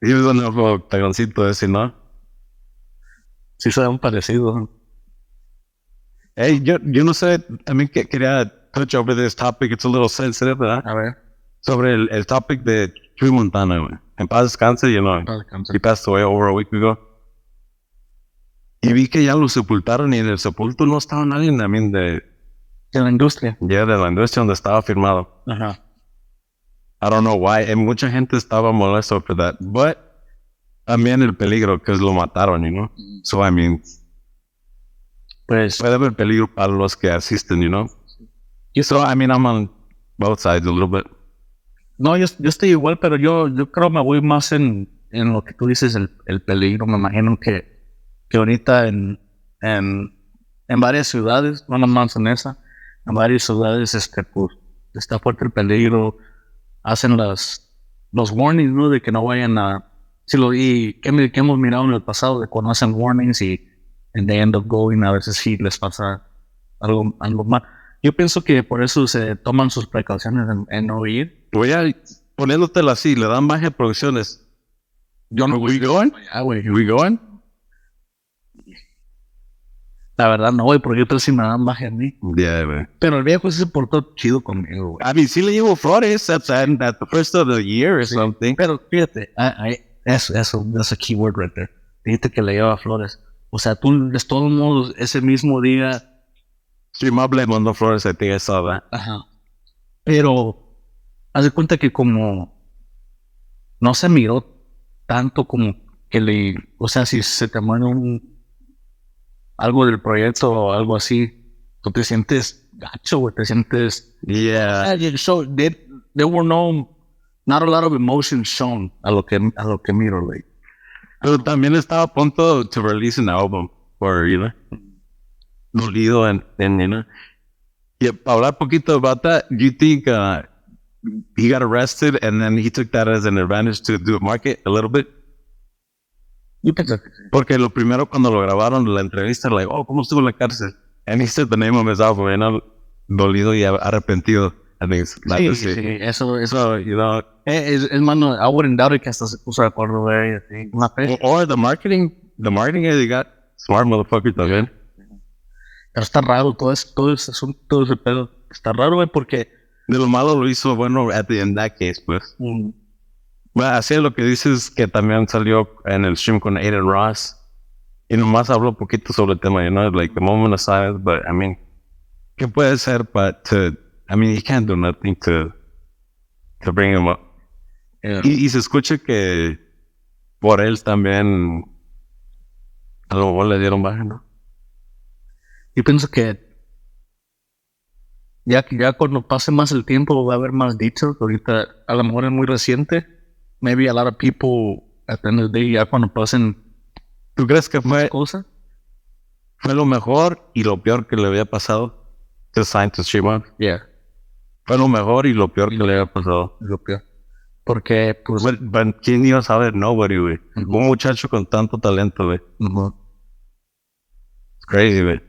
[SPEAKER 1] He was on el octagoncito ese, ¿no?
[SPEAKER 2] sí se ven parecidos.
[SPEAKER 1] Hey, yo, yo no sé. También que, quería touch over this topic. It's a little sensitive, ¿verdad?
[SPEAKER 2] A ver,
[SPEAKER 1] Sobre el, el topic de Chuy Montana, güey. En paz descanse, you know.
[SPEAKER 2] para alcanzar.
[SPEAKER 1] He passed away over a week ago. Y vi que ya lo sepultaron y en el sepulto no estaba nadie también de,
[SPEAKER 2] De la industria.
[SPEAKER 1] ya de la industria donde estaba firmado.
[SPEAKER 2] Ajá.
[SPEAKER 1] I don't know why. And mucha gente estaba molesto por that. But también el peligro que lo mataron, you know? So I mean,
[SPEAKER 2] Pues,
[SPEAKER 1] puede haber peligro para los que asisten, you know? So I mean, I'm on both sides a little bit.
[SPEAKER 2] no, yo, yo estoy igual, pero yo, yo creo me voy más en, en lo que tú dices, el, el peligro. Me imagino que, que ahorita en, en, en varias ciudades, no nada más en esa, en varias ciudades este, pues, está fuerte el peligro. Hacen las, los warnings ¿no? de que no vayan a, Si lo, y que, que hemos mirado en el pasado de cuando hacen warnings y and they end up going, a veces sí les pasa algo, algo mal. Yo pienso que por eso se toman sus precauciones en, en no ir.
[SPEAKER 1] Voy a poniéndotelo así, le dan más producciones.
[SPEAKER 2] Yo no.
[SPEAKER 1] we going?
[SPEAKER 2] Ah, güey,
[SPEAKER 1] We going?
[SPEAKER 2] La verdad no, güey, porque yo creo que sí me dan baje a mí.
[SPEAKER 1] Yeah, güey.
[SPEAKER 2] Pero el viejo sí se portó chido conmigo, güey.
[SPEAKER 1] I mean, sí le llevo flores at, at at the first of the year or something.
[SPEAKER 2] Pero fíjate, ah, ah, eso, eso, that's a key word right there. Dijiste que le lleva flores. O sea, tú, de todos modos, ese mismo día, ah,
[SPEAKER 1] She mobbed him on the flores, I think I saw that.
[SPEAKER 2] ajá. Pero, haz de cuenta que como no se miró tanto como que le, o sea, si se te muere un, algo del proyecto o algo así, tú te sientes gacho, güey, te sientes
[SPEAKER 1] Yeah.
[SPEAKER 2] Ah, yeah, so there, there were no, not a lot of emotions shown a lo que, a lo que miro, güey.
[SPEAKER 1] Pero también estaba a punto to release an album for, you know, dolido and, and you know. Y hablar poquito about that, do you think uh, he got arrested and then he took that as an advantage to do a market a little bit?
[SPEAKER 2] Yo pienso que sí.
[SPEAKER 1] Porque lo primero cuando lo grabaron, la entrevista, like, oh, ¿cómo estuvo en la cárcel? And he said the name of his album, you know, dolido y arrepentido. I think it's like
[SPEAKER 2] Sí,
[SPEAKER 1] this
[SPEAKER 2] sí,
[SPEAKER 1] shit.
[SPEAKER 2] sí, eso, eso.
[SPEAKER 1] So, you know,
[SPEAKER 2] Eh, Es, es, es mano, I wouldn't doubt it que hasta se puso de acuerdo, güey, así, una fe.
[SPEAKER 1] or, or the marketing, the marketing they got, smart motherfucker también.
[SPEAKER 2] Pero está raro todo ese, todo ese asunto, todo ese pedo. Está raro, güey, porque
[SPEAKER 1] De lo malo lo hizo bueno at the end that case, pues.
[SPEAKER 2] mm,
[SPEAKER 1] Bueno, así es lo que dices que también salió en el stream con Aiden Ross. Y nomás habló un poquito sobre el tema, you know, like the moment of silence, but I mean, ¿qué puede ser para to, I mean, he can't do nothing to, to bring him up.
[SPEAKER 2] eh,
[SPEAKER 1] Y, y se escucha que por él también a lo mejor le dieron baja, ¿no?
[SPEAKER 2] yo pienso que ya, que ya cuando pase más el tiempo va a haber más dichos. Ahorita a lo mejor es muy reciente. Maybe a lot of people at the end of the day, ya cuando pasen
[SPEAKER 1] ¿Tú crees que fue,
[SPEAKER 2] cosas.
[SPEAKER 1] fue lo mejor y lo peor que le había pasado? To sign to Shimon.
[SPEAKER 2] Yeah.
[SPEAKER 1] Fue lo mejor y lo peor que le había pasado.
[SPEAKER 2] es lo peor. Porque, pues,
[SPEAKER 1] Bueno, pero ¿Quién iba a saber? Nobody, güey.
[SPEAKER 2] Ujú.
[SPEAKER 1] Un muchacho con tanto talento, güey.
[SPEAKER 2] no.
[SPEAKER 1] It's Crazy, güey.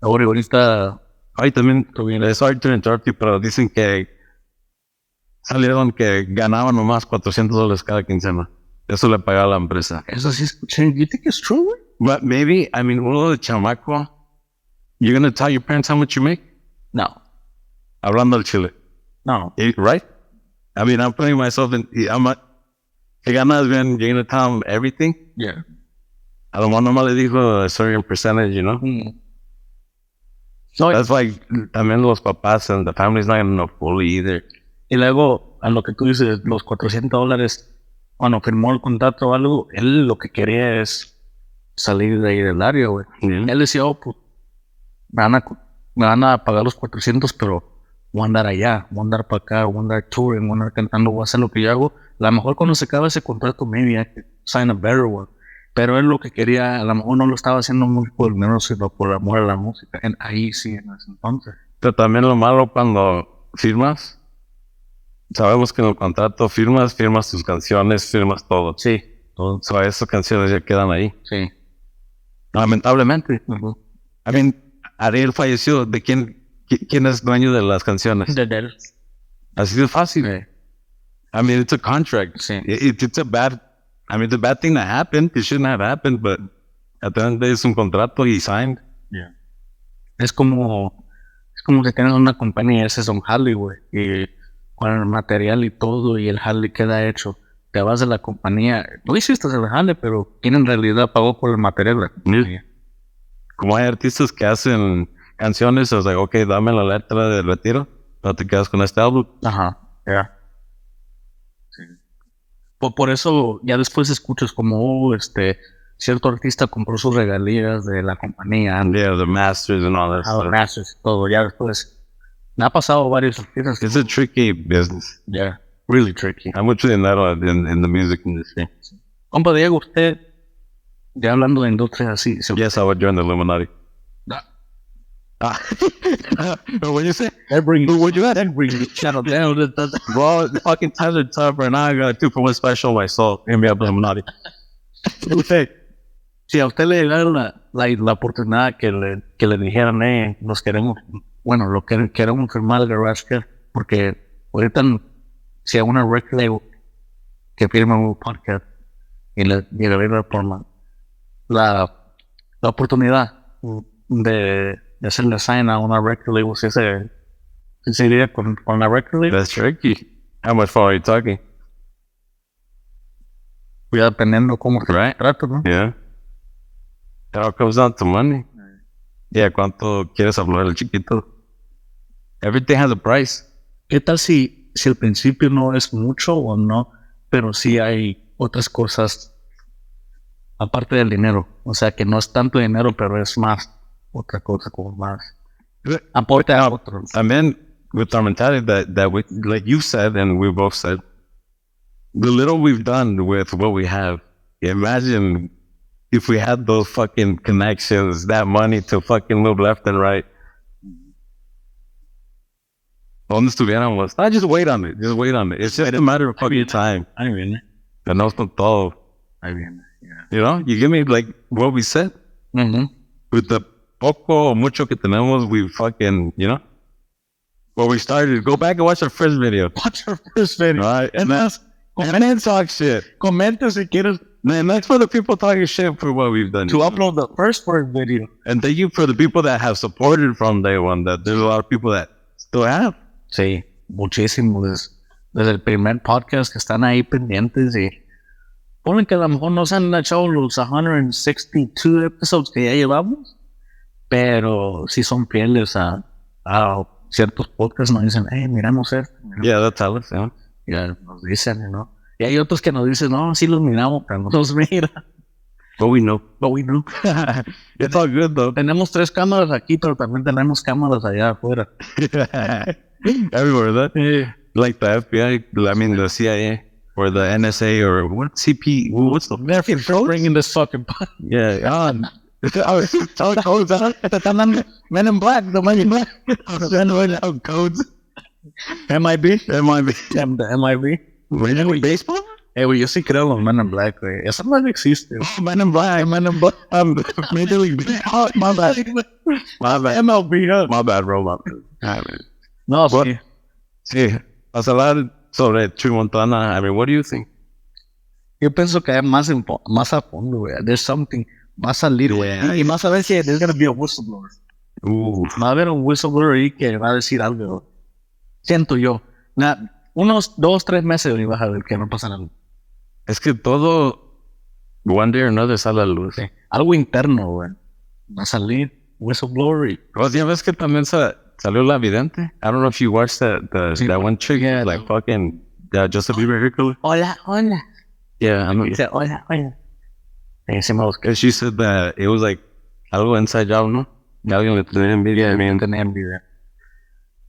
[SPEAKER 2] ahora ahorita
[SPEAKER 1] Ay, también,
[SPEAKER 2] tuvieron
[SPEAKER 1] eh, sorry to interrupt you, pero dicen que salieron que ganaban nomás 400 dólares cada quincena. Eso le pagaba la empresa.
[SPEAKER 2] eso sí escuché. You think it's true, güey?
[SPEAKER 1] But maybe, I mean, uno de chamaco, you're gonna tell your parents how much you make?
[SPEAKER 2] No,
[SPEAKER 1] Hablando al chile.
[SPEAKER 2] no.
[SPEAKER 1] Eh, Right? I mean, I'm putting myself in, I'm not, que ganas bien, you're gonna tell them everything?
[SPEAKER 2] Yeah.
[SPEAKER 1] A lo mejor nomás le dijo a certain percentage, you know?
[SPEAKER 2] Mm. No,
[SPEAKER 1] That's like, también los papás and the family's not gonna know fully either.
[SPEAKER 2] y luego, a lo que tú dices, los 400 dólares, cuando firmó el contrato o algo, él lo que quería es salir de ahí del área, güey. Él decía, oh, pues, me van, a, co- me van a pagar los 400, pero voy a andar allá, voy a andar para acá, voy a andar touring, voy a andar cantando, voy a hacer lo que yo hago. A lo mejor cuando se acaba ese contrato, maybe I could sign a better one. Pero él lo que quería, a lo mejor no lo estaba haciendo muy por el dinero, sino por amor a la música. En- ahí sí, en ese entonces.
[SPEAKER 1] Pero también lo malo cuando firmas, sabemos que en el contrato firmas, firmas tus canciones, firmas todo.
[SPEAKER 2] Sí, todo,
[SPEAKER 1] So, esas canciones ya quedan ahí.
[SPEAKER 2] sí.
[SPEAKER 1] Lamentablemente.
[SPEAKER 2] Ujú.
[SPEAKER 1] I mean, Ariel falleció. ¿De quién, qui- quién es dueño de las canciones?
[SPEAKER 2] De él.
[SPEAKER 1] Así de fácil.
[SPEAKER 2] Eh,
[SPEAKER 1] I mean, it's a contract.
[SPEAKER 2] Sí.
[SPEAKER 1] It- it- it's a bad, I mean, it's a bad thing that happened. It shouldn't have happened, but at the end of the day, es un contrato y signed.
[SPEAKER 2] Es como, es como que tienes una compañía, ese es un Harley, güey, y con el material y todo, y el Harley queda hecho. Te vas de la compañía, tú hiciste el Harley, pero ¿quién en realidad pagó por el material? de la compañía?
[SPEAKER 1] como hay artistas que hacen canciones, o sea, ok, dame la letra del retiro, no te quedas con este álbum.
[SPEAKER 2] Ajá, ya. Por, por eso ya después escuchas como, oh, este, cierto artista compró sus regalías de la compañía,
[SPEAKER 1] And yeah, the masters and all that
[SPEAKER 2] ah,
[SPEAKER 1] stuff.
[SPEAKER 2] gracias, todo, ya después. Me ha pasado varios artistas que
[SPEAKER 1] It's a tricky business.
[SPEAKER 2] Yeah, really tricky.
[SPEAKER 1] Hay mucho dinero en, en the music industry.
[SPEAKER 2] Compa Diego, usted, [laughs] ya hablando de industrias así, se-
[SPEAKER 1] Yes, I would join the Illuminati.
[SPEAKER 2] Ah.
[SPEAKER 1] Ah. what you say?
[SPEAKER 2] Every
[SPEAKER 1] What you at?
[SPEAKER 2] every [laughs] channel down. that- that-
[SPEAKER 1] Well, the fucking times are tough right now. I got a two for one special myself. NBA Illuminati.
[SPEAKER 2] Usted, si a usted le dieran la, la, la oportunidad que le, que le dijeran, eh, nos queremos, bueno, lo que queremos firmar al Garasca, porque ahorita si a una record label que firma un podcast y le, y le dieran por la, la, la oportunidad de, de hacerle sign a una record label, si se, si se iría con, con la record label,
[SPEAKER 1] That's tricky. How much fun are you talking?
[SPEAKER 2] pues, ya dependiendo cómo se
[SPEAKER 1] Right.
[SPEAKER 2] trata, ¿no?
[SPEAKER 1] Yeah. It all comes down to money. Yeah, cuánto quieres hablar el chiquito? Everything has a price.
[SPEAKER 2] ¿Qué tal si, si al principio no es mucho o no, pero sí hay otras cosas aparte del dinero? O sea, que no es tanto dinero, pero es más otra cosa como más. Aporte a otros.
[SPEAKER 1] I mean, with our mentality that, that we, like you said, and we both said, the little we've done with what we have, imagine if we had those fucking connections, that money to fucking live left and right. ¿Dónde estuviéramos? I just wait on it. Just wait on it. It's just a matter of fucking time.
[SPEAKER 2] Ahí viene,
[SPEAKER 1] Ganamos con todo.
[SPEAKER 2] ahí viene. ya.
[SPEAKER 1] You know, you give me like what we said
[SPEAKER 2] Ujú.
[SPEAKER 1] with the poco or mucho que tenemos, we fucking, you know, where we started. Go back and watch our first video.
[SPEAKER 2] Watch our first video.
[SPEAKER 1] Right? And that's, and then talk shit.
[SPEAKER 2] Comenta si quieres
[SPEAKER 1] Man, that's for the people talking shit for what we've done.
[SPEAKER 2] to upload the first word video.
[SPEAKER 1] And thank you for the people that have supported from day one. That there's a lot of people that still have.
[SPEAKER 2] Sí, muchísimo. Desde, desde el primer podcast que están ahí pendientes y ponen que a lo mejor no se han echado los 162 episodios que ya llevamos, pero sí son fieles a, a ciertos podcasts. Nos dicen, hey, miramos esto. miramos
[SPEAKER 1] Yeah, that's how it's you know?
[SPEAKER 2] y ya nos dicen, ¿no? Y hay otros que nos dicen, no, sí los miramos, pero no los [laughs] mira.
[SPEAKER 1] But we know.
[SPEAKER 2] But we know. [laughs]
[SPEAKER 1] It's all good though. [laughs]
[SPEAKER 2] Tenemos tres cámaras aquí, pero también tenemos cámaras allá afuera.
[SPEAKER 1] Everywhere, that. like the FBI, I mean the CIA or the NSA or what CP? What's the
[SPEAKER 2] Bringing this fucking [laughs] podcast.
[SPEAKER 1] yeah on? codes,
[SPEAKER 2] Men in Black, the Men in Black.
[SPEAKER 1] codes.
[SPEAKER 2] MIB.
[SPEAKER 1] MIB.
[SPEAKER 2] Damn, the MIB.
[SPEAKER 1] Baseball?
[SPEAKER 2] Eh, güey, yo sí creo en los Men in Black, güey. Esa madre existe. güey.
[SPEAKER 1] Man in black. Man in black. Um, Major League.
[SPEAKER 2] [laughs]
[SPEAKER 1] Baseball.
[SPEAKER 2] Oh,
[SPEAKER 1] my bad. My bad.
[SPEAKER 2] MLB, ¿no?
[SPEAKER 1] My bad, bro. My bad.
[SPEAKER 2] No,
[SPEAKER 1] What?
[SPEAKER 2] sí.
[SPEAKER 1] Sí, has hablado sobre Tree Montana. I mean, what do you think?
[SPEAKER 2] Yo pienso que hay más, en fo- más a fondo, güey. There's something. Va a salir, güey. Y más a ver si there's gonna be a whistleblower.
[SPEAKER 1] Ooh,
[SPEAKER 2] Va a haber un whistleblower ahí que va a decir algo. güey. Siento yo. Na- unos dos, tres meses y vas a ver que no pasa nada.
[SPEAKER 1] es que todo one day or another sale a la luz.
[SPEAKER 2] Sí. Algo interno, güey. Va a salir whistleblower y
[SPEAKER 1] Well, ya ves que también sa- salió la vidente. I don't know if you watched that the,
[SPEAKER 2] Sí.
[SPEAKER 1] that one chick,
[SPEAKER 2] Yeah,
[SPEAKER 1] like fucking uh, Justin Bieber haircut.
[SPEAKER 2] Hola, hola.
[SPEAKER 1] Yeah, I know.
[SPEAKER 2] Dice, hola, hola. Y decimos que
[SPEAKER 1] And she said that it was like algo inside job, ¿no? Que alguien le tenía envidia. I mean,
[SPEAKER 2] tener envidia.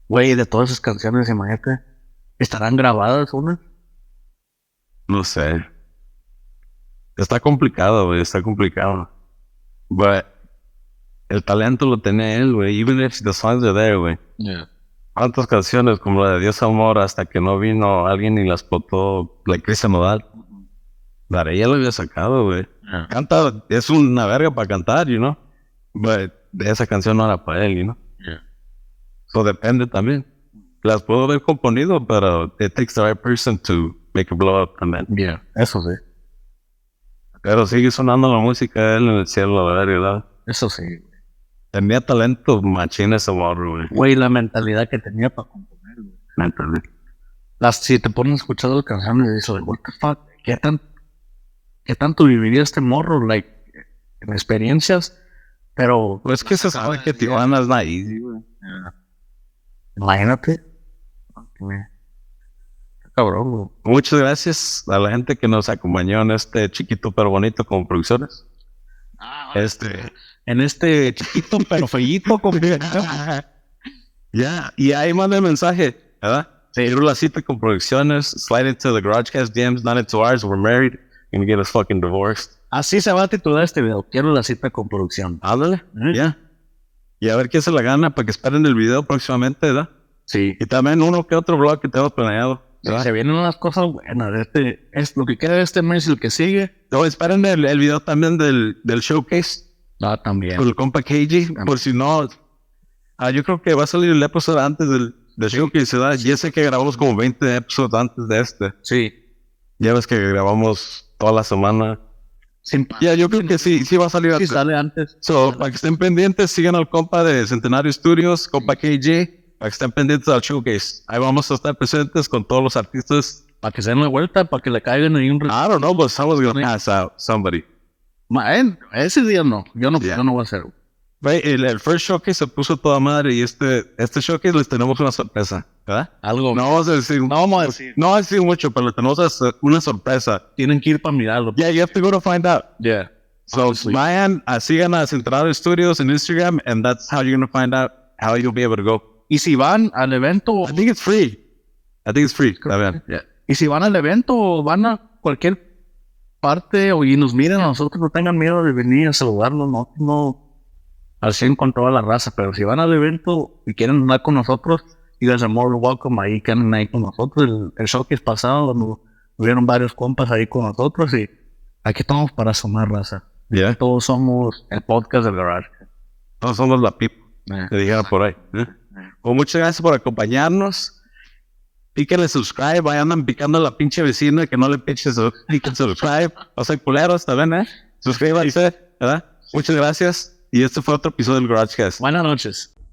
[SPEAKER 2] Güey, de todas esas canciones, imagínate. ¿Estarán grabadas una?
[SPEAKER 1] no sé. Está complicado, güey. Está complicado. But el talento lo tenía él, güey. Even if the songs are there, güey. ¿Cuántas canciones como la de Dios Amor hasta que no vino alguien y la explotó, la Cristian Nodal? Para ella lo había sacado, güey.
[SPEAKER 2] Ah.
[SPEAKER 1] Canta, es una verga para cantar, you know? But esa canción no era para él, you know?
[SPEAKER 2] Yeah.
[SPEAKER 1] So depende también. Las puedo haber componido, pero it takes the right person to make a blow up también.
[SPEAKER 2] Bien, eso sí.
[SPEAKER 1] Pero sigue sonando la música de él en el cielo, la verdad.
[SPEAKER 2] Eso sí.
[SPEAKER 1] Tenía talento machín ese morro, güey.
[SPEAKER 2] Güey, la mentalidad que tenía para componer. güey.
[SPEAKER 1] Neta, güey.
[SPEAKER 2] Las, si te pones a escuchar las canciones, dices, what the fuck, ¿qué, tan, ¿qué tanto viviría este morro? Like, en experiencias, pero
[SPEAKER 1] Pues que se sabe que Tijuana es not easy, güey.
[SPEAKER 2] imagínate. Cabrón, güey.
[SPEAKER 1] Muchas gracias a la gente que nos acompañó en este chiquito pero bonito con producciones. Este,
[SPEAKER 2] en este chiquito pero fellito con
[SPEAKER 1] ya, y ahí manda el mensaje, ¿verdad? Se dio la cita con producciones, slide into the GarageCast DMs, not into ours, we're married, gonna get us fucking divorced.
[SPEAKER 2] Así se va a titular este video. Quiero la cita con producción.
[SPEAKER 1] Ándale, ya.
[SPEAKER 2] ¿Eh?
[SPEAKER 1] Ya, Y a ver quién se la gana para que esperen el video próximamente, ¿verdad?
[SPEAKER 2] Sí.
[SPEAKER 1] Y también uno que otro blog que tengo planeado.
[SPEAKER 2] Se vienen unas cosas buenas. Este, es lo que queda de este mes y el que sigue.
[SPEAKER 1] No, esperen el, el video también del, del showcase
[SPEAKER 2] Ah, también.
[SPEAKER 1] con el Pues, compa KG, por si no. Ah, yo creo que va a salir el episodio antes del, del showcase, ¿verdad? Ya sé que grabamos como 20 episodios antes de este.
[SPEAKER 2] Sí.
[SPEAKER 1] Ya ves que grabamos toda la semana.
[SPEAKER 2] Sin
[SPEAKER 1] Ya, yo creo que sí, sí va a salir
[SPEAKER 2] Si
[SPEAKER 1] antes.
[SPEAKER 2] sale antes.
[SPEAKER 1] So, para que estén pendientes, sigan al compa de Centenario Studios, compa KJ, para que estén pendientes al showcase. Ahí vamos a estar presentes con todos los artistas.
[SPEAKER 2] Para que se den la vuelta, para que le caigan ahí un re-
[SPEAKER 1] I don't know, but someone's gonna pass out, somebody.
[SPEAKER 2] Ma, eh, Ese día no. Yo no,
[SPEAKER 1] Yeah.
[SPEAKER 2] yo no voy a hacer.
[SPEAKER 1] Ve, El, el first showcase se puso toda madre y este, este showcase les tenemos una sorpresa, ¿verdad?
[SPEAKER 2] Algo.
[SPEAKER 1] No vamos a decir, no vamos a decir, no vamos a decir mucho, pero le tenemos a hacer una sorpresa.
[SPEAKER 2] Tienen que ir para mirarlo. Ah,
[SPEAKER 1] Yeah, you have to go to find out.
[SPEAKER 2] Yeah.
[SPEAKER 1] So,
[SPEAKER 2] Obviously.
[SPEAKER 1] vayan, a- sigan a Centenario Studios en Instagram, and that's how you're gonna find out how you'll be able to go.
[SPEAKER 2] Y si van al evento,
[SPEAKER 1] I think it's free. I think it's free. Está bien.
[SPEAKER 2] y si van al evento o van a cualquier parte o y nos miran a nosotros, no tengan miedo de venir a saludarnos, no, no al 100 con toda la raza, pero si van al evento y quieren andar con nosotros, you guys are more welcome ahí, que anden ahí con nosotros. El, el showcase pasado, donde hubieron varios compas ahí con nosotros y aquí estamos para sumar raza.
[SPEAKER 1] Yeah.
[SPEAKER 2] Todos somos el podcast del garage.
[SPEAKER 1] Todos somos la pipa, que dijeron por ahí. ¿eh? Pues muchas gracias por acompañarnos. Píquenle subscribe, ahí andan picando a la pinche vecina que no le pinche su- piquen subscribe. O sea, culeros, también, ¿eh? Suscríbanse, ¿verdad? Muchas gracias. Y este fue otro episodio del GarageCast.
[SPEAKER 2] Buenas noches.